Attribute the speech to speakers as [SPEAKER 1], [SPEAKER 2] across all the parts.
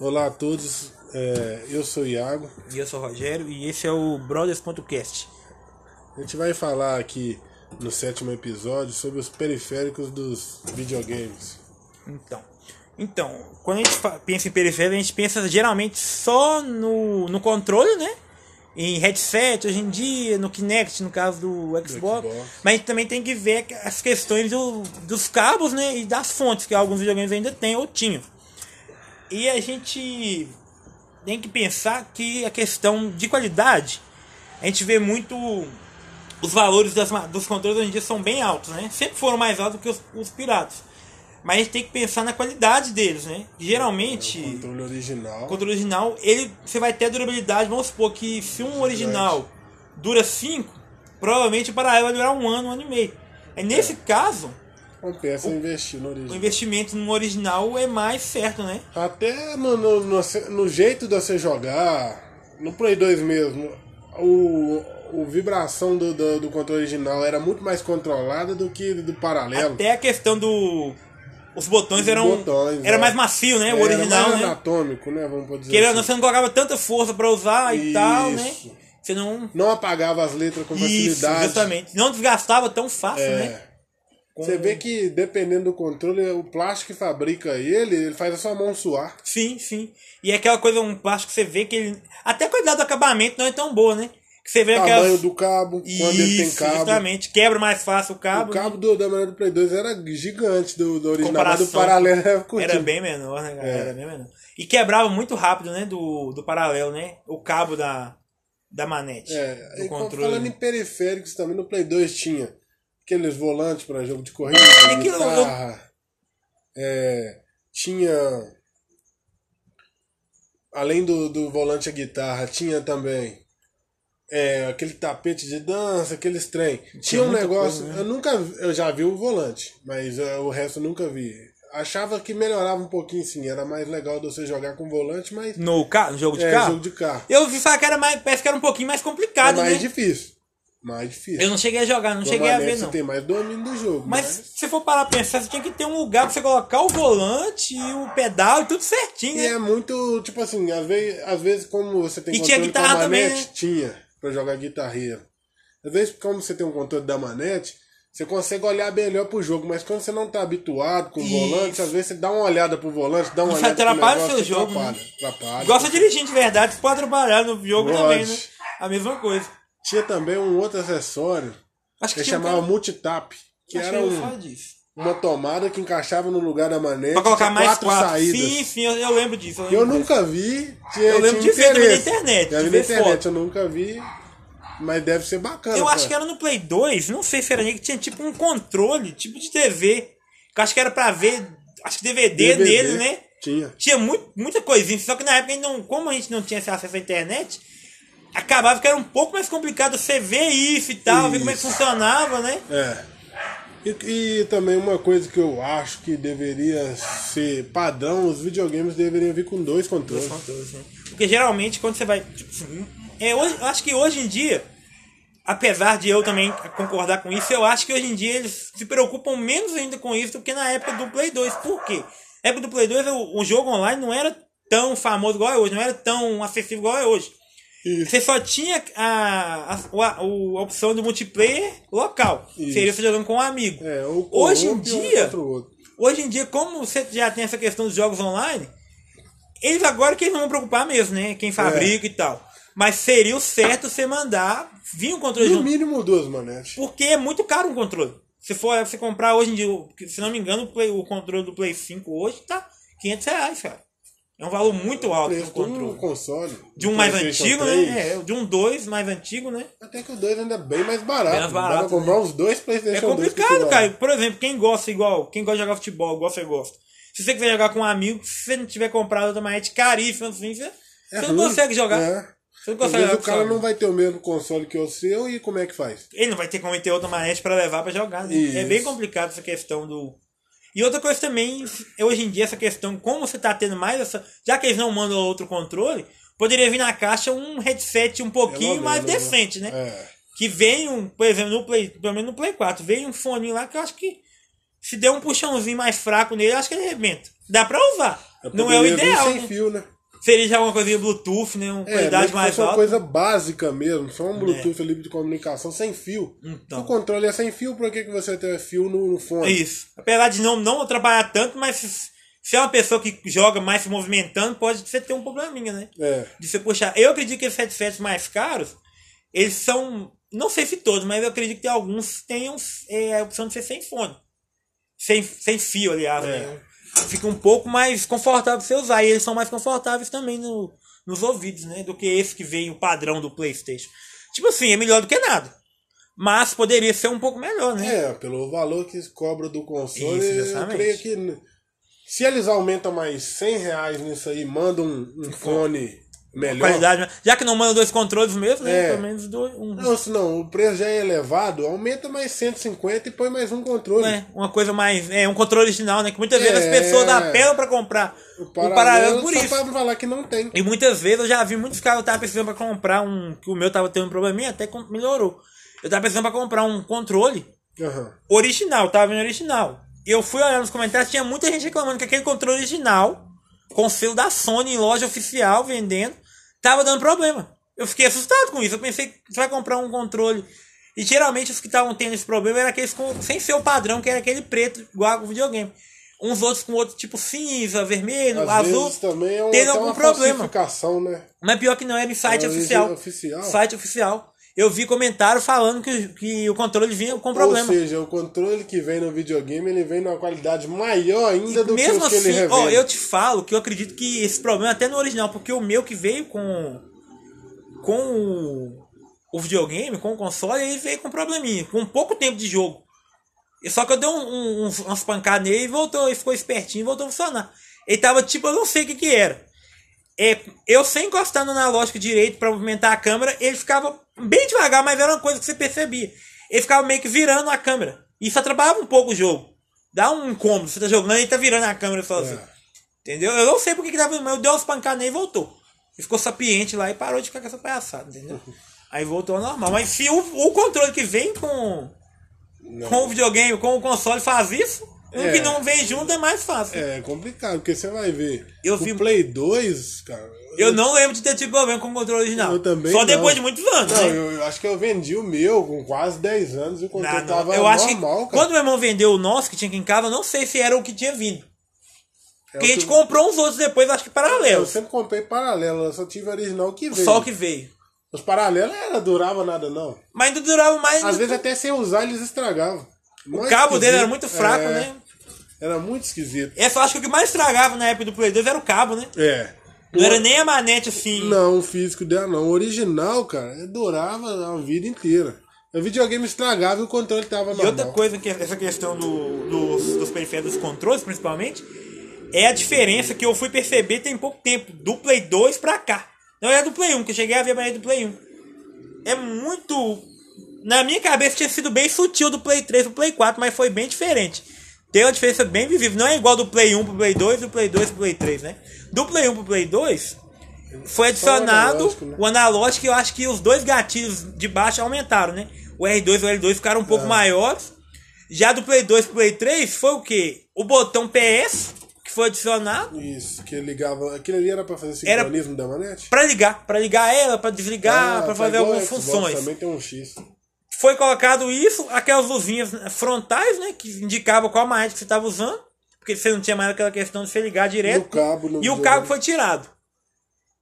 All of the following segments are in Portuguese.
[SPEAKER 1] Olá a todos, é, eu sou o Iago.
[SPEAKER 2] E eu sou o Rogério e esse é o Brothers.cast.
[SPEAKER 1] A gente vai falar aqui no sétimo episódio sobre os periféricos dos videogames.
[SPEAKER 2] Então, então, quando a gente fa- pensa em periférico, a gente pensa geralmente só no, no controle, né? Em headset hoje em dia, no Kinect, no caso do Xbox.
[SPEAKER 1] Xbox.
[SPEAKER 2] Mas a gente também tem que ver as questões do- dos cabos, né? E das fontes que alguns videogames ainda têm ou tinham. E a gente tem que pensar que a questão de qualidade, a gente vê muito. Os valores das, ma- dos controles hoje em dia são bem altos, né? Sempre foram mais altos que os, os piratas. Mas a gente tem que pensar na qualidade deles, né? Geralmente,
[SPEAKER 1] É, O controle original.
[SPEAKER 2] o controle original, ele, você vai ter a durabilidade. Vamos supor que se um original dura 5, provavelmente o paralelo vai durar um ano, um ano e meio.
[SPEAKER 1] É.
[SPEAKER 2] Aí nesse caso,
[SPEAKER 1] Compensa investir no
[SPEAKER 2] o
[SPEAKER 1] original.
[SPEAKER 2] investimento no original é mais certo, né?
[SPEAKER 1] Até no, no, no, no jeito de você jogar, no Play 2 mesmo, o, o vibração do, do, do controle original era muito mais controlada do que do paralelo.
[SPEAKER 2] Até a questão do. Os botões eram.
[SPEAKER 1] botões,
[SPEAKER 2] era
[SPEAKER 1] é.
[SPEAKER 2] mais macio, né? O original,
[SPEAKER 1] era mais
[SPEAKER 2] né?
[SPEAKER 1] anatômico, né? Vamos poder dizer
[SPEAKER 2] Querendo, ou
[SPEAKER 1] assim.
[SPEAKER 2] não, você não colocava tanta força pra usar e tal, né?
[SPEAKER 1] Isso.
[SPEAKER 2] Você não.
[SPEAKER 1] não apagava as letras com
[SPEAKER 2] Isso,
[SPEAKER 1] facilidade.
[SPEAKER 2] justamente. Não desgastava tão fácil,
[SPEAKER 1] É.
[SPEAKER 2] né? Com- um
[SPEAKER 1] Você vê que dependendo do controle, o plástico que fabrica ele, ele faz a sua mão suar.
[SPEAKER 2] Sim, sim. E é aquela coisa, um plástico que você vê que ele. Até a qualidade do acabamento não é tão boa, né? Que você vê aquelas.
[SPEAKER 1] Tamanho do cabo, quando ele tem
[SPEAKER 2] Isso,
[SPEAKER 1] cabo.
[SPEAKER 2] justamente. Quebra mais fácil o
[SPEAKER 1] O
[SPEAKER 2] cabo.
[SPEAKER 1] cabo do, da maneira do Play 2 era gigante do, do original, mas do
[SPEAKER 2] Comparação.
[SPEAKER 1] paralelo era curtinho.
[SPEAKER 2] Era bem menor, né, cara?
[SPEAKER 1] É.
[SPEAKER 2] Era bem menor. E quebrava muito rápido, né? Do, do paralelo, né? O cabo da, da manete.
[SPEAKER 1] É,
[SPEAKER 2] do
[SPEAKER 1] e
[SPEAKER 2] controle.
[SPEAKER 1] falando em periféricos também, no Play 2 tinha aqueles volantes para jogo de corrida,
[SPEAKER 2] É que eu-
[SPEAKER 1] guitarra, é, tinha, além do, do volante a guitarra, tinha também é, aquele tapete de dança, aqueles trem. Tinha um
[SPEAKER 2] muita
[SPEAKER 1] negócio,
[SPEAKER 2] coisa, né?
[SPEAKER 1] eu nunca, vi- eu já vi o volante, mas é, o resto eu nunca vi. Achava que melhorava um pouquinho sim, era mais legal de você jogar com volante, mas
[SPEAKER 2] No, ca... no jogo de
[SPEAKER 1] é
[SPEAKER 2] carro?
[SPEAKER 1] jogo de carro.
[SPEAKER 2] Eu vi falar que era mais. Parece que era um pouquinho mais
[SPEAKER 1] É
[SPEAKER 2] complicado,
[SPEAKER 1] mais
[SPEAKER 2] né?
[SPEAKER 1] difícil. Mais difícil.
[SPEAKER 2] Eu não cheguei a jogar, não
[SPEAKER 1] Com
[SPEAKER 2] cheguei a
[SPEAKER 1] manete
[SPEAKER 2] ver,
[SPEAKER 1] você
[SPEAKER 2] não.
[SPEAKER 1] tem mais domínio do jogo. né?
[SPEAKER 2] Mas
[SPEAKER 1] Mas...
[SPEAKER 2] se você for parar pra pensar, você tinha que ter um lugar pra você colocar o volante e o pedal e tudo certinho,
[SPEAKER 1] E
[SPEAKER 2] né?
[SPEAKER 1] é muito, tipo assim, às vezes, às vezes como você tem
[SPEAKER 2] E tinha
[SPEAKER 1] controle com
[SPEAKER 2] guitarra
[SPEAKER 1] a
[SPEAKER 2] também, né?
[SPEAKER 1] manete, tinha, pra jogar guitarreiro. Às vezes, como você tem um controle da manete, você consegue olhar melhor pro jogo, mas quando você não tá habituado com o
[SPEAKER 2] Isso.
[SPEAKER 1] volante, às vezes você dá uma olhada pro volante, dá uma
[SPEAKER 2] Você
[SPEAKER 1] olhada pro
[SPEAKER 2] atrapalha o
[SPEAKER 1] negócio,
[SPEAKER 2] seu
[SPEAKER 1] você
[SPEAKER 2] jogo, né?
[SPEAKER 1] Atrapalha, atrapalha.
[SPEAKER 2] Gosta de dirigir de verdade, você pode trabalhar no jogo
[SPEAKER 1] É. Lógico.
[SPEAKER 2] também, né? A mesma coisa.
[SPEAKER 1] Tinha também um outro acessório,
[SPEAKER 2] Acho que
[SPEAKER 1] que
[SPEAKER 2] tinha um
[SPEAKER 1] chamava
[SPEAKER 2] cara-
[SPEAKER 1] multitap, que
[SPEAKER 2] acho
[SPEAKER 1] era
[SPEAKER 2] eu
[SPEAKER 1] um-
[SPEAKER 2] ouvi falar disso.
[SPEAKER 1] uma tomada que encaixava no lugar da manete,
[SPEAKER 2] Pra colocar
[SPEAKER 1] tinha
[SPEAKER 2] mais
[SPEAKER 1] quatro,
[SPEAKER 2] quatro.
[SPEAKER 1] saídas.
[SPEAKER 2] Sim, sim, eu, eu lembro disso.
[SPEAKER 1] Eu
[SPEAKER 2] lembro disso.
[SPEAKER 1] nunca vi. Tinha,
[SPEAKER 2] Eu lembro
[SPEAKER 1] tinha
[SPEAKER 2] de ver, eu vi na
[SPEAKER 1] interesse.
[SPEAKER 2] internet,
[SPEAKER 1] Eu vi
[SPEAKER 2] de
[SPEAKER 1] na
[SPEAKER 2] ver
[SPEAKER 1] internet,
[SPEAKER 2] foto.
[SPEAKER 1] eu nunca vi. Mas deve ser bacana.
[SPEAKER 2] Eu
[SPEAKER 1] cara.
[SPEAKER 2] acho que era no Play 2, não sei se era nem que tinha tipo um controle, tipo de TV. Que eu acho que era pra ver, acho que DVD,
[SPEAKER 1] DVD.
[SPEAKER 2] nele, né?
[SPEAKER 1] Tinha.
[SPEAKER 2] Tinha muito, muita coisinha, só que na época, a gente não, como a gente não tinha esse acesso à internet, acabava que era um pouco mais complicado você ver isso e tal, ver como é que
[SPEAKER 1] Isso.
[SPEAKER 2] funcionava, né?
[SPEAKER 1] É. E, e também uma coisa que eu acho que deveria ser padrão, os videogames deveriam vir com dois controles.
[SPEAKER 2] né? Porque geralmente quando você vai. tipo assim, é, hoje, eu acho que hoje em dia, apesar de eu também concordar com isso, eu acho que hoje em dia eles se preocupam menos ainda com isso do que na época do Play 2. Por quê? Na época do Play 2, o, o jogo online não era tão famoso igual é hoje, não era tão acessível igual é hoje.
[SPEAKER 1] Isso.
[SPEAKER 2] Você só tinha a, a, a- o- a opção do multiplayer local.
[SPEAKER 1] Isso.
[SPEAKER 2] Seria você jogando com um amigo.
[SPEAKER 1] É, ou com
[SPEAKER 2] hoje em
[SPEAKER 1] outro, ou
[SPEAKER 2] dia,
[SPEAKER 1] contra o outro.
[SPEAKER 2] Hoje em dia, como você já tem essa questão dos jogos online, eles agora que eles não vão preocupar mesmo, né? Quem
[SPEAKER 1] É.
[SPEAKER 2] fabrica e tal. Mas seria o certo você mandar vir um controle
[SPEAKER 1] No
[SPEAKER 2] junto.
[SPEAKER 1] mínimo duas manetes.
[SPEAKER 2] Porque é muito caro um controle. Se for você comprar hoje em dia, o- se não me engano, o, Play- o controle do Play 5 hoje tá 500 reais, cara. É um valor muito alto de um
[SPEAKER 1] Preço de um
[SPEAKER 2] controle.
[SPEAKER 1] console.
[SPEAKER 2] De um mais
[SPEAKER 1] PlayStation
[SPEAKER 2] antigo,
[SPEAKER 1] 3.
[SPEAKER 2] né? É, de um 2 mais antigo, né?
[SPEAKER 1] Até que o dois ainda é bem mais barato.
[SPEAKER 2] Bem mais
[SPEAKER 1] Dá
[SPEAKER 2] barato,
[SPEAKER 1] pra comprar uns dois Playstation 2
[SPEAKER 2] É
[SPEAKER 1] que
[SPEAKER 2] complicado,
[SPEAKER 1] tiver.
[SPEAKER 2] cara. Por exemplo, quem gosta igual, quem gosta de jogar futebol, igual você gosta. Se você quiser jogar com um amigo, se você não tiver comprado outra manete caríssima, assim, você,
[SPEAKER 1] É
[SPEAKER 2] você
[SPEAKER 1] ruim,
[SPEAKER 2] não consegue jogar.
[SPEAKER 1] né?
[SPEAKER 2] Você não
[SPEAKER 1] Às
[SPEAKER 2] consegue
[SPEAKER 1] vezes
[SPEAKER 2] jogar
[SPEAKER 1] o
[SPEAKER 2] com
[SPEAKER 1] cara
[SPEAKER 2] seu
[SPEAKER 1] não
[SPEAKER 2] amigo.
[SPEAKER 1] vai ter o mesmo console que o seu e como é que faz?
[SPEAKER 2] Ele não vai ter como ter outra manete pra levar pra jogar. né?
[SPEAKER 1] Isso.
[SPEAKER 2] É bem complicado essa questão do. E outra coisa também, é hoje em dia, essa questão, como você tá tendo mais essa. Já que eles não mandam outro controle, poderia vir na caixa um headset um pouquinho
[SPEAKER 1] Pelo
[SPEAKER 2] mais
[SPEAKER 1] menos, né?
[SPEAKER 2] decente, né?
[SPEAKER 1] É.
[SPEAKER 2] Que vem um, por exemplo, no Play, pelo menos no Play 4, vem um fone lá que eu acho que se der um puxãozinho mais fraco nele, eu acho que ele arrebenta. Dá pra usar. Não é o
[SPEAKER 1] poderia vir
[SPEAKER 2] ideal,
[SPEAKER 1] sem
[SPEAKER 2] né?
[SPEAKER 1] fio, né?
[SPEAKER 2] Seria já alguma coisinha Bluetooth, né? Uma
[SPEAKER 1] É, mas
[SPEAKER 2] qualidade
[SPEAKER 1] que
[SPEAKER 2] mais
[SPEAKER 1] fosse uma
[SPEAKER 2] alta. Né.
[SPEAKER 1] coisa básica mesmo, só um Bluetooth ali de comunicação sem fio.
[SPEAKER 2] Então.
[SPEAKER 1] O controle é sem fio, por que, que você tem fio no, no
[SPEAKER 2] É
[SPEAKER 1] fone?
[SPEAKER 2] Isso. Apesar de não, não atrapalhar tanto, mas se, se é uma pessoa que joga mais se movimentando, pode você ter um probleminha, né?
[SPEAKER 1] É.
[SPEAKER 2] De você puxar. Eu acredito que os headsets mais caros, eles são. Não sei se todos, mas eu acredito que alguns tenham é, a opção de ser sem fone. Sem, sem fio, aliás.
[SPEAKER 1] É.
[SPEAKER 2] né? Fica um pouco mais confortável pra você usar. E eles são mais confortáveis também no, nos ouvidos, né? Do que esse que vem o padrão do PlayStation. Tipo assim, é melhor do que nada. Mas poderia ser um pouco melhor, né?
[SPEAKER 1] É, pelo valor que cobra do console,
[SPEAKER 2] Isso,
[SPEAKER 1] eu
[SPEAKER 2] exatamente.
[SPEAKER 1] creio que se eles aumentam mais 100 reais nisso aí, mandam um, um fone melhor.
[SPEAKER 2] qualidade. né? Já que não manda dois controles mesmo,
[SPEAKER 1] É.
[SPEAKER 2] né? Pelo menos dois, um,
[SPEAKER 1] Não, se não, o preço já é elevado, aumenta mais 150 e põe mais um controle.
[SPEAKER 2] né? uma coisa mais. É um controle original, né? Que muitas vezes as
[SPEAKER 1] É.
[SPEAKER 2] pessoas apelam pra comprar o Um paralelo, por
[SPEAKER 1] só
[SPEAKER 2] isso.
[SPEAKER 1] pra falar que não tem.
[SPEAKER 2] E muitas vezes eu já vi muitos caras eu tava precisando pra comprar um. Que o meu tava tendo um probleminha, até com- melhorou. Eu tava precisando pra comprar um controle
[SPEAKER 1] Aham.
[SPEAKER 2] original, tava vendo original. Eu fui olhar nos comentários, tinha muita gente reclamando que aquele controle original, com selo da Sony em loja oficial vendendo, tava dando problema. Eu fiquei assustado com isso. Eu pensei que você vai comprar um controle. E geralmente os que estavam tendo esse problema eram aqueles com, sem ser o padrão, que era aquele preto, igual o videogame. Uns outros com outro tipo cinza, vermelho,
[SPEAKER 1] Às
[SPEAKER 2] azul.
[SPEAKER 1] vezes também é um,
[SPEAKER 2] teve
[SPEAKER 1] até
[SPEAKER 2] algum
[SPEAKER 1] uma
[SPEAKER 2] problema.
[SPEAKER 1] falsificação, né?
[SPEAKER 2] Mas pior que não era em site
[SPEAKER 1] É
[SPEAKER 2] oficial.
[SPEAKER 1] oficial.
[SPEAKER 2] Site oficial. Eu vi comentário falando que, que o controle vinha com um problema.
[SPEAKER 1] Ou seja, o controle que vem no videogame, ele vem numa qualidade maior ainda do
[SPEAKER 2] Mesmo
[SPEAKER 1] que o que ele
[SPEAKER 2] assim,
[SPEAKER 1] revende.
[SPEAKER 2] ó, eu te falo que eu acredito que esse problema é até no original, porque o meu que veio com com o- o videogame, com o console, ele veio com um probleminha, com pouco tempo de jogo. E Só que eu dei um, um, uns- umas pancadas nele e voltou, ele ficou espertinho e voltou a funcionar. Ele tava tipo, eu não sei o que que era. É, eu sem encostar no analógico direito pra movimentar a câmera, ele ficava bem devagar, mas era uma coisa que você percebia. Ele ficava meio que virando a câmera. Isso atrapalhava um pouco o jogo. Dá um incômodo, você tá jogando e assim, tá virando a câmera sozinho.
[SPEAKER 1] É.
[SPEAKER 2] Entendeu? Eu não sei porque que tava, mas eu dei umas pancadas nele e voltou. Ele ficou sapiente lá e parou de ficar com essa palhaçada, entendeu? Aí voltou ao normal. Mas se o, o controle que vem com,
[SPEAKER 1] Não.
[SPEAKER 2] com o videogame, com o console faz isso, o
[SPEAKER 1] É.
[SPEAKER 2] que não vem junto é mais fácil.
[SPEAKER 1] É complicado, porque você vai ver.
[SPEAKER 2] Eu
[SPEAKER 1] o
[SPEAKER 2] vi-
[SPEAKER 1] Play 2, cara.
[SPEAKER 2] Eu não lembro de ter tido problema com o controle original.
[SPEAKER 1] Eu também
[SPEAKER 2] Só
[SPEAKER 1] não.
[SPEAKER 2] depois de muitos anos,
[SPEAKER 1] Não,
[SPEAKER 2] né?
[SPEAKER 1] eu, eu acho que eu vendi o meu com quase 10 anos e o
[SPEAKER 2] Não,
[SPEAKER 1] controle
[SPEAKER 2] não.
[SPEAKER 1] tava
[SPEAKER 2] eu acho que
[SPEAKER 1] normal, cara.
[SPEAKER 2] quando meu irmão vendeu o nosso que tinha aqui em casa, eu não sei se era o que tinha vindo.
[SPEAKER 1] É
[SPEAKER 2] Porque
[SPEAKER 1] o
[SPEAKER 2] a gente
[SPEAKER 1] que-
[SPEAKER 2] comprou uns outros depois, acho que
[SPEAKER 1] Eu
[SPEAKER 2] paralelos.
[SPEAKER 1] sempre comprei paralelo, eu só tive o original que veio.
[SPEAKER 2] Só o que veio.
[SPEAKER 1] Os paralelos era, durava nada, não.
[SPEAKER 2] Mas ainda durava mais.
[SPEAKER 1] Às vezes até sem usar eles estragavam.
[SPEAKER 2] o
[SPEAKER 1] Mó
[SPEAKER 2] cabo dele era
[SPEAKER 1] esquisito.
[SPEAKER 2] muito fraco,
[SPEAKER 1] É,
[SPEAKER 2] né?
[SPEAKER 1] Era muito esquisito.
[SPEAKER 2] Essa eu acho que o que mais estragava na época do Play 2 era o cabo, né?
[SPEAKER 1] É.
[SPEAKER 2] Não era nem a manete assim.
[SPEAKER 1] Não, o físico dela não. O original, cara, durava a vida inteira. O videogame estragava e o controle tava
[SPEAKER 2] E outra
[SPEAKER 1] normal.
[SPEAKER 2] coisa, que essa questão do, dos, dos periféricos dos controles, principalmente, é a diferença que eu fui perceber tem pouco tempo, do Play 2 pra cá. Não era do Play 1, que eu cheguei a ver a maioria do Play 1. É muito. Na minha cabeça tinha sido bem sutil do Play 3 pro Play 4, mas foi bem diferente. Tem uma diferença bem visível. Não é igual do Play 1 pro Play 2 e do Play 2 pro Play 3, né? Do Play 1 pro Play 2 foi adicionado
[SPEAKER 1] analógico, né?
[SPEAKER 2] o analógico, eu acho que os dois gatilhos de baixo aumentaram, né? O R2 e o L2 ficaram um pouco maiores. Já do Play 2 pro Play 3 foi o quê? O botão PS que foi adicionado
[SPEAKER 1] Isso, que ligava. Aquilo ali era pra fazer
[SPEAKER 2] Era-
[SPEAKER 1] sincronismo da manete?
[SPEAKER 2] pra ligar, pra ligar ela, pra desligar, pra
[SPEAKER 1] tá
[SPEAKER 2] fazer
[SPEAKER 1] igual
[SPEAKER 2] algumas
[SPEAKER 1] o Xbox
[SPEAKER 2] funções.
[SPEAKER 1] Também tem um X.
[SPEAKER 2] Foi colocado isso, aquelas luzinhas frontais, né, que indicavam qual manete que você estava usando, porque você não tinha mais aquela questão de você ligar
[SPEAKER 1] E
[SPEAKER 2] direto.
[SPEAKER 1] o cabo no
[SPEAKER 2] E o
[SPEAKER 1] videogame.
[SPEAKER 2] cabo foi tirado.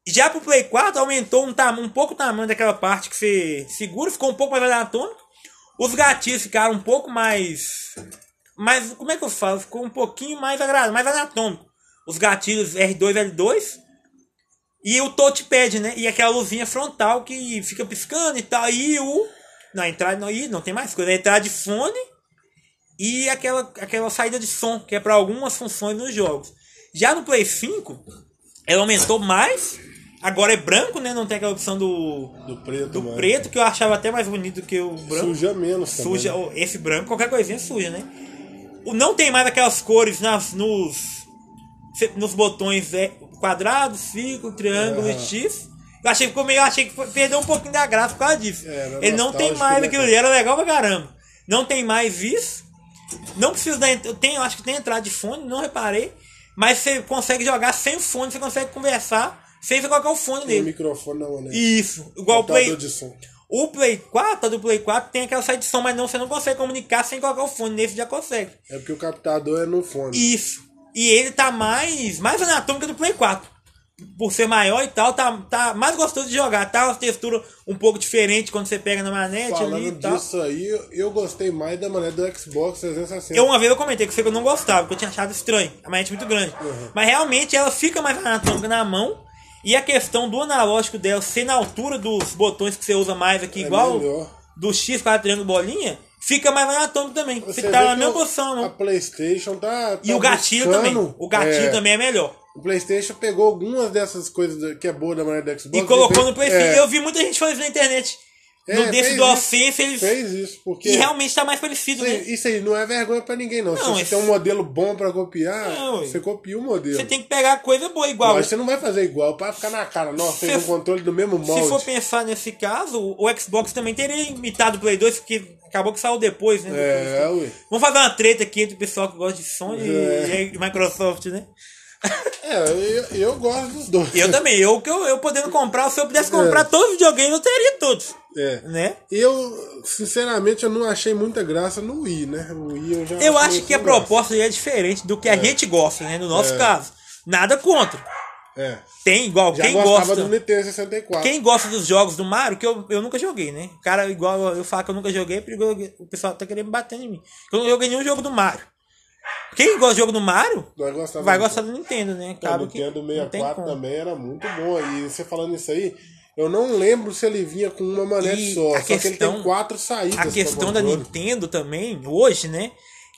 [SPEAKER 2] Já pro Play 4 aumentou um, tama- um pouco o tamanho daquela parte que você segura, ficou um pouco mais anatômico. Os gatilhos ficaram um pouco mais. Mas como é que eu falo? Ficou um pouquinho mais agradável, mais anatômico. Os gatilhos R2 L2. E o touchpad, né? E aquela luzinha frontal que fica piscando e tal. E o. Na entrada. Não, e não tem mais coisa. A entrada de fone e aquela, aquela saída de som, que é para algumas funções nos jogos. Já no Play 5, ela aumentou mais. Agora é branco, né? Não tem aquela opção do,
[SPEAKER 1] Do preto,
[SPEAKER 2] do
[SPEAKER 1] mano.
[SPEAKER 2] preto, que eu achava até mais bonito do que o branco.
[SPEAKER 1] Suja menos também. né?
[SPEAKER 2] Suja, ou esse branco, qualquer coisinha suja, né? O, não tem mais aquelas cores nas, nos, se- nos botões é, quadrado, círculo, triângulo e
[SPEAKER 1] Aham.
[SPEAKER 2] X. Eu achei que ficou meio, eu achei que foi- perdeu um pouquinho da graça por causa disso.
[SPEAKER 1] É, Era
[SPEAKER 2] Ele não tem
[SPEAKER 1] nostálgico,
[SPEAKER 2] mais
[SPEAKER 1] né,
[SPEAKER 2] aquilo
[SPEAKER 1] cara?
[SPEAKER 2] ali, era legal pra caramba. Não tem mais isso. Não precisa da. ent- Eu, tenho, eu acho que tem entrada de fone, não reparei. Mas você consegue jogar sem fone, você consegue conversar sem você colocar o
[SPEAKER 1] Tem
[SPEAKER 2] fone
[SPEAKER 1] um
[SPEAKER 2] nele.
[SPEAKER 1] microfone na maneira.
[SPEAKER 2] Isso, igual o
[SPEAKER 1] Computador
[SPEAKER 2] Play.
[SPEAKER 1] de som.
[SPEAKER 2] O Play 4, a do Play 4, tem aquela saída de som, mas não, você não consegue comunicar sem colocar o fone, nesse já consegue.
[SPEAKER 1] É porque o captador é no fone.
[SPEAKER 2] Isso. E ele tá mais, mais anatômico do Play 4. Por ser maior e tal, tá, tá mais gostoso de jogar. Tá uma textura um pouco diferente quando você pega na manete ali e
[SPEAKER 1] Falando
[SPEAKER 2] tal.
[SPEAKER 1] disso aí, eu gostei mais da maneira do Xbox 360.
[SPEAKER 2] Eu uma vez eu comentei com você que eu não gostava, porque eu tinha achado estranho. A manete muito grande.
[SPEAKER 1] Uhum.
[SPEAKER 2] Mas realmente ela fica mais anatômica na mão. E a questão do analógico dela ser na altura dos botões que você usa mais aqui,
[SPEAKER 1] É
[SPEAKER 2] igual
[SPEAKER 1] melhor.
[SPEAKER 2] do X para triângulo bolinha, fica mais anatômico também. Você, tá
[SPEAKER 1] vê
[SPEAKER 2] na
[SPEAKER 1] que
[SPEAKER 2] mesma
[SPEAKER 1] o-
[SPEAKER 2] posição,
[SPEAKER 1] A
[SPEAKER 2] mano.
[SPEAKER 1] PlayStation tá.
[SPEAKER 2] E o gatilho também. O gatilho também é melhor.
[SPEAKER 1] O PlayStation pegou algumas dessas coisas da- que é boa da maneira do Xbox.
[SPEAKER 2] E colocou
[SPEAKER 1] fez-
[SPEAKER 2] no Playstation.
[SPEAKER 1] é,
[SPEAKER 2] Eu vi muita gente falando isso na internet.
[SPEAKER 1] É,
[SPEAKER 2] no dentro
[SPEAKER 1] fez
[SPEAKER 2] do
[SPEAKER 1] isso.
[SPEAKER 2] OCF, eles.
[SPEAKER 1] Fez isso, porque.
[SPEAKER 2] E realmente tá mais parecido,
[SPEAKER 1] Isso
[SPEAKER 2] né?
[SPEAKER 1] aí- Isso aí não é vergonha pra ninguém, não.
[SPEAKER 2] Não,
[SPEAKER 1] Se você
[SPEAKER 2] esse-
[SPEAKER 1] tem um modelo bom pra copiar,
[SPEAKER 2] Não, ué.
[SPEAKER 1] você copia o modelo.
[SPEAKER 2] Você tem que pegar coisa boa igual.
[SPEAKER 1] Mas você não vai fazer igual pra ficar na cara. Nossa,
[SPEAKER 2] Se-
[SPEAKER 1] fez um controle do mesmo molde.
[SPEAKER 2] Se for pensar nesse caso, o Xbox também teria imitado o Play 2, porque acabou que saiu depois, né? do
[SPEAKER 1] É,
[SPEAKER 2] PlayStation.
[SPEAKER 1] ué.
[SPEAKER 2] Vamos fazer uma treta aqui entre o pessoal que gosta de Sony
[SPEAKER 1] É.
[SPEAKER 2] e, e Microsoft, né?
[SPEAKER 1] É, eu, eu gosto dos dois.
[SPEAKER 2] Eu também, eu, que eu, eu podendo comprar, se eu pudesse comprar todos os videogames, eu teria todos,
[SPEAKER 1] É.
[SPEAKER 2] né?
[SPEAKER 1] Eu, sinceramente, eu não achei muita graça no Wii, né? O Wii eu já.
[SPEAKER 2] Eu
[SPEAKER 1] achei
[SPEAKER 2] acho que a
[SPEAKER 1] sem graça.
[SPEAKER 2] proposta aí é diferente do que a gente gosta, né? No nosso caso. Nada contra.
[SPEAKER 1] É.
[SPEAKER 2] Tem igual,
[SPEAKER 1] Já
[SPEAKER 2] quem
[SPEAKER 1] gostava
[SPEAKER 2] gosta.
[SPEAKER 1] do Nintendo 64.
[SPEAKER 2] Quem gosta dos jogos do Mario, que eu, eu nunca joguei, né? O cara, igual eu falo que eu nunca joguei, porque eu- o pessoal tá querendo me bater em mim. Eu não joguei nenhum jogo do Mario. Quem gosta do jogo do Mario,
[SPEAKER 1] Nós gostava
[SPEAKER 2] vai
[SPEAKER 1] muito.
[SPEAKER 2] gostar do Nintendo, né?
[SPEAKER 1] O
[SPEAKER 2] Acaba que
[SPEAKER 1] Nintendo
[SPEAKER 2] não tem
[SPEAKER 1] 64
[SPEAKER 2] como.
[SPEAKER 1] também era muito bom. E você falando isso aí, eu não lembro se ele vinha com uma manete
[SPEAKER 2] E
[SPEAKER 1] só.
[SPEAKER 2] a
[SPEAKER 1] Só que ele tem
[SPEAKER 2] questão-
[SPEAKER 1] quatro saídas.
[SPEAKER 2] A
[SPEAKER 1] pra
[SPEAKER 2] questão da
[SPEAKER 1] controle.
[SPEAKER 2] Nintendo também, hoje, né?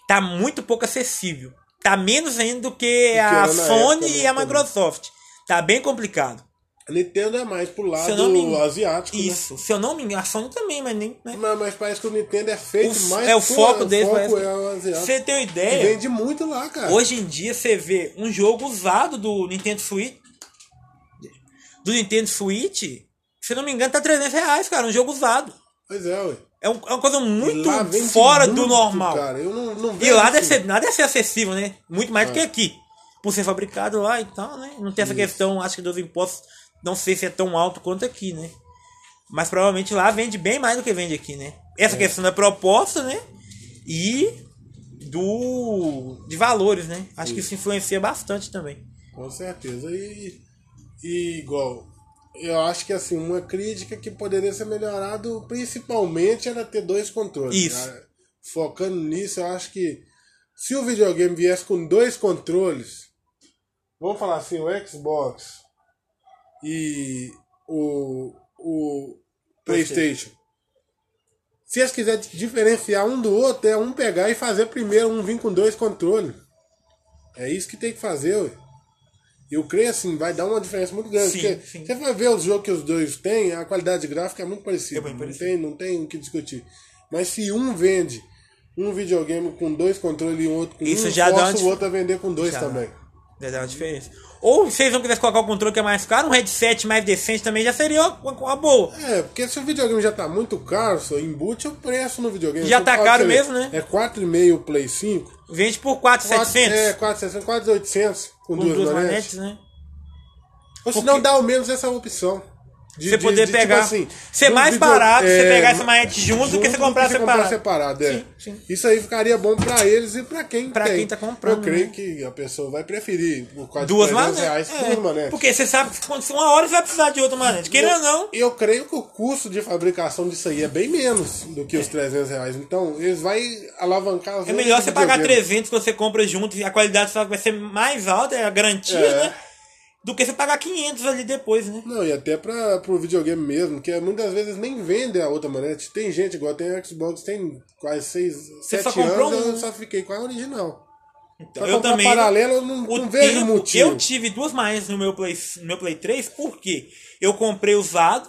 [SPEAKER 2] Tá muito pouco acessível. Tá menos ainda do que
[SPEAKER 1] era
[SPEAKER 2] a
[SPEAKER 1] na
[SPEAKER 2] Sony
[SPEAKER 1] época,
[SPEAKER 2] e a
[SPEAKER 1] né, também.
[SPEAKER 2] Microsoft. Tá bem complicado.
[SPEAKER 1] A Nintendo é mais pro
[SPEAKER 2] Se eu
[SPEAKER 1] lado
[SPEAKER 2] não me engano-
[SPEAKER 1] asiático,
[SPEAKER 2] Isso. Se eu não me engano, a Sony também, mas nem.
[SPEAKER 1] né?
[SPEAKER 2] Né?
[SPEAKER 1] Mas, mas parece que o Nintendo é feito
[SPEAKER 2] O-
[SPEAKER 1] mais
[SPEAKER 2] é o
[SPEAKER 1] pro-
[SPEAKER 2] foco dele,
[SPEAKER 1] O foco
[SPEAKER 2] parece.
[SPEAKER 1] é o asiático.
[SPEAKER 2] Você tem uma
[SPEAKER 1] E
[SPEAKER 2] ideia?
[SPEAKER 1] Vende muito lá, cara.
[SPEAKER 2] Hoje em dia você vê um jogo usado do Nintendo Switch. Do Nintendo Switch, se não me engano, tá 300 reais, cara. Um jogo usado.
[SPEAKER 1] Pois é, ué.
[SPEAKER 2] É, um- é uma coisa muito
[SPEAKER 1] Lá vende
[SPEAKER 2] fora do
[SPEAKER 1] muito,
[SPEAKER 2] normal.
[SPEAKER 1] Cara. Eu não, não
[SPEAKER 2] E
[SPEAKER 1] vejo assim.
[SPEAKER 2] lá
[SPEAKER 1] isso.
[SPEAKER 2] deve ser, lá deve ser acessível, né? Muito mais do que aqui. Por ser fabricado lá e tal, né? Não tem essa questão, acho que dos impostos, não sei se é tão alto quanto aqui, né? Mas provavelmente lá vende bem mais do que vende aqui, né? Essa questão da proposta, né? E do de valores, né? Acho que isso influencia bastante também.
[SPEAKER 1] Com certeza. E, e igual, eu acho que assim, uma crítica que poderia ser melhorado principalmente era ter dois controles.
[SPEAKER 2] Isso.
[SPEAKER 1] Ah, Focando nisso, eu acho que se o videogame viesse com dois controles, vamos falar assim, o Xbox e o, o PlayStation. Se eles quiserem diferenciar um do outro, é um pegar e fazer primeiro um vir com dois controles. É isso que tem que fazer, ué. Eu creio assim, vai dar uma diferença muito grande.
[SPEAKER 2] Sim,
[SPEAKER 1] porque
[SPEAKER 2] sim.
[SPEAKER 1] você vai ver os jogos que os dois têm, a qualidade gráfica é muito parecida.
[SPEAKER 2] É bem
[SPEAKER 1] não,
[SPEAKER 2] parecida.
[SPEAKER 1] tem, não tem o que discutir. Mas se um vende um videogame com dois controles e o outro com
[SPEAKER 2] Isso
[SPEAKER 1] um,
[SPEAKER 2] já dá uma
[SPEAKER 1] força o
[SPEAKER 2] dif-
[SPEAKER 1] outro a vender com dois
[SPEAKER 2] Já.
[SPEAKER 1] também.
[SPEAKER 2] Deve dar uma diferença. Ou se eles não quisessem colocar o controle que é mais caro, um headset mais decente também já seria uma, uma boa.
[SPEAKER 1] É, porque se o videogame já tá muito caro, só embute o preço no videogame.
[SPEAKER 2] Já
[SPEAKER 1] Você
[SPEAKER 2] tá
[SPEAKER 1] fala,
[SPEAKER 2] caro
[SPEAKER 1] você vê,
[SPEAKER 2] mesmo, né?
[SPEAKER 1] É 4,5 o Play 5.
[SPEAKER 2] Vende por 4,700
[SPEAKER 1] É, 4,700, 4,800 com,
[SPEAKER 2] com
[SPEAKER 1] duas,
[SPEAKER 2] duas
[SPEAKER 1] manetes.
[SPEAKER 2] manetes, né?
[SPEAKER 1] Ou se não, dá ao menos essa opção. De,
[SPEAKER 2] você
[SPEAKER 1] de-
[SPEAKER 2] poder
[SPEAKER 1] de, tipo
[SPEAKER 2] pegar.
[SPEAKER 1] assim,
[SPEAKER 2] ser
[SPEAKER 1] de um
[SPEAKER 2] mais
[SPEAKER 1] vídeo-
[SPEAKER 2] barato
[SPEAKER 1] é,
[SPEAKER 2] você pegar essa manete junto, do que você
[SPEAKER 1] junto
[SPEAKER 2] comprar
[SPEAKER 1] você
[SPEAKER 2] separado.
[SPEAKER 1] separado, é.
[SPEAKER 2] Sim, sim.
[SPEAKER 1] Isso aí ficaria bom pra eles e pra quem
[SPEAKER 2] Pra
[SPEAKER 1] tem.
[SPEAKER 2] quem tá comprando,
[SPEAKER 1] Eu creio
[SPEAKER 2] né?
[SPEAKER 1] que a pessoa vai preferir por quase
[SPEAKER 2] Duas
[SPEAKER 1] 200 reais
[SPEAKER 2] manetes.
[SPEAKER 1] por né?
[SPEAKER 2] é,
[SPEAKER 1] manete.
[SPEAKER 2] Porque você sabe que quando- uma hora você vai precisar de outra manete. Querendo ou não, é
[SPEAKER 1] Eu creio que o custo de fabricação disso aí é bem menos do que os 300 reais. Então, eles vão alavancar... as
[SPEAKER 2] é
[SPEAKER 1] vendas
[SPEAKER 2] melhor
[SPEAKER 1] de
[SPEAKER 2] você pagar
[SPEAKER 1] videogame.
[SPEAKER 2] 300 que você compra junto e a qualidade só vai ser mais alta, é a garantia,
[SPEAKER 1] É.
[SPEAKER 2] né? Do que você pagar 500 ali depois, né?
[SPEAKER 1] Não, e até pra, pro videogame mesmo, que é, muitas vezes nem vende a outra manete. Tem gente, igual tem Xbox, tem quase 6,
[SPEAKER 2] Você só
[SPEAKER 1] 7 anos,
[SPEAKER 2] comprou um,
[SPEAKER 1] eu
[SPEAKER 2] né?
[SPEAKER 1] só fiquei com a original.
[SPEAKER 2] Então,
[SPEAKER 1] Pra
[SPEAKER 2] eu
[SPEAKER 1] comprar
[SPEAKER 2] também.
[SPEAKER 1] paralelo, eu não-
[SPEAKER 2] o
[SPEAKER 1] não vejo
[SPEAKER 2] tempo-
[SPEAKER 1] motivo.
[SPEAKER 2] Eu tive duas manetes no meu Play, no meu Play 3, porque eu comprei usado,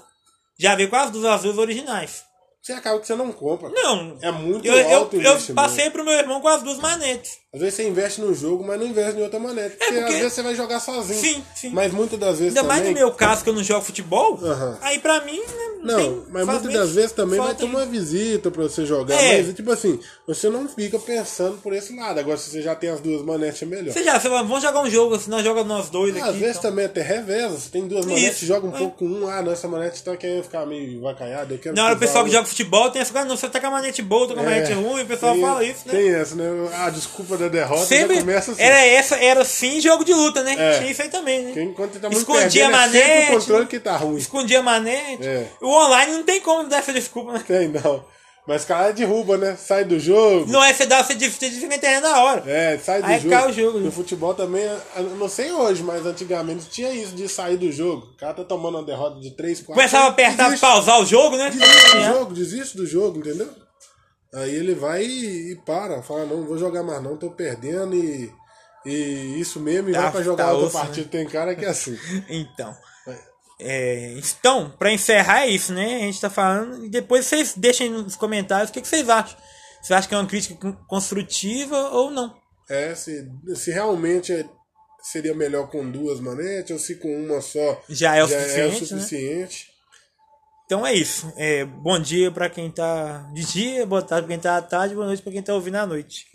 [SPEAKER 2] já veio com as duas azuis originais.
[SPEAKER 1] Você acaba que você não compra.
[SPEAKER 2] Não.
[SPEAKER 1] É muito
[SPEAKER 2] eu, eu-
[SPEAKER 1] alto o
[SPEAKER 2] eu,
[SPEAKER 1] investimento.
[SPEAKER 2] passei pro meu irmão com as duas manetes.
[SPEAKER 1] Às vezes você investe num jogo, mas não investe em outra maneira. Porque,
[SPEAKER 2] É, porque-
[SPEAKER 1] às vezes você vai jogar sozinho.
[SPEAKER 2] Sim, sim.
[SPEAKER 1] Mas muitas das vezes
[SPEAKER 2] Ainda
[SPEAKER 1] também...
[SPEAKER 2] mais no meu caso, que eu não jogo futebol,
[SPEAKER 1] Aham.
[SPEAKER 2] aí pra mim. né,
[SPEAKER 1] Não,
[SPEAKER 2] tem-
[SPEAKER 1] mas
[SPEAKER 2] faz
[SPEAKER 1] muitas
[SPEAKER 2] meio-
[SPEAKER 1] das vezes também vai
[SPEAKER 2] falta
[SPEAKER 1] ter uma visita pra você jogar.
[SPEAKER 2] É.
[SPEAKER 1] Mas, tipo assim, você não fica pensando por esse lado. Agora, se você já tem as duas manetes, é melhor.
[SPEAKER 2] Você já, você vai, vamos jogar um jogo, assim, nós jogamos nós dois
[SPEAKER 1] Ah,
[SPEAKER 2] aqui.
[SPEAKER 1] Às vezes
[SPEAKER 2] então.
[SPEAKER 1] também até reveza. Você tem duas manetes,
[SPEAKER 2] Isso,
[SPEAKER 1] joga um
[SPEAKER 2] é.
[SPEAKER 1] pouco com um. Ah, nossa manete tá querendo ficar meio vacaiada. Eu quero
[SPEAKER 2] Na hora é o
[SPEAKER 1] cruzar
[SPEAKER 2] pessoal que
[SPEAKER 1] outra.
[SPEAKER 2] joga futebol tem essa coisa, não, você tá com a manete boa, tô com a manete
[SPEAKER 1] É,
[SPEAKER 2] ruim, o pessoal
[SPEAKER 1] tem-
[SPEAKER 2] fala isso, né?
[SPEAKER 1] Tem essa, né? Ah, desculpa da derrota
[SPEAKER 2] Sempre
[SPEAKER 1] já começa assim.
[SPEAKER 2] era essa, era sim jogo de luta, né?
[SPEAKER 1] É.
[SPEAKER 2] Tinha isso aí também, né?
[SPEAKER 1] Porque enquanto você tá muito
[SPEAKER 2] Escondia
[SPEAKER 1] perdendo,
[SPEAKER 2] a
[SPEAKER 1] é sempre
[SPEAKER 2] manete, né?
[SPEAKER 1] o controle que tá ruim.
[SPEAKER 2] Escondia a manete.
[SPEAKER 1] É.
[SPEAKER 2] O online não tem como dar essa desculpa, né?
[SPEAKER 1] Tem, não. Mas o cara derruba, né? Sai do jogo.
[SPEAKER 2] Não é você dar, você desliga a internet na hora.
[SPEAKER 1] É, sai do
[SPEAKER 2] Aí
[SPEAKER 1] jogo.
[SPEAKER 2] cai o jogo, né?
[SPEAKER 1] No futebol também, eu não sei hoje, mas antigamente tinha isso de sair do jogo. O cara tá tomando uma derrota de 3, 4.
[SPEAKER 2] Começava a apertar,
[SPEAKER 1] desiste,
[SPEAKER 2] pausar o jogo, né?
[SPEAKER 1] desiste do
[SPEAKER 2] É.
[SPEAKER 1] jogo, desiste do jogo, entendeu? Aí ele vai e, e para, fala, não, não vou jogar mais não, tô perdendo e, e isso mesmo, e
[SPEAKER 2] Tá-
[SPEAKER 1] vai pra jogar
[SPEAKER 2] tá
[SPEAKER 1] outra
[SPEAKER 2] osso,
[SPEAKER 1] partida. Tem cara que é assim.
[SPEAKER 2] Então. É, então, pra encerrar é isso, né? A gente tá falando. E depois vocês deixem nos comentários o que, que vocês acham. Vocês acham que é uma crítica con- construtiva ou não?
[SPEAKER 1] É, se, se realmente é- seria melhor com duas manetes ou se com uma só
[SPEAKER 2] Já é o
[SPEAKER 1] já é o
[SPEAKER 2] suficiente. né?
[SPEAKER 1] suficiente.
[SPEAKER 2] Então é isso. É, bom dia pra quem tá de dia, boa tarde pra quem tá à tarde, boa noite pra quem tá ouvindo à noite.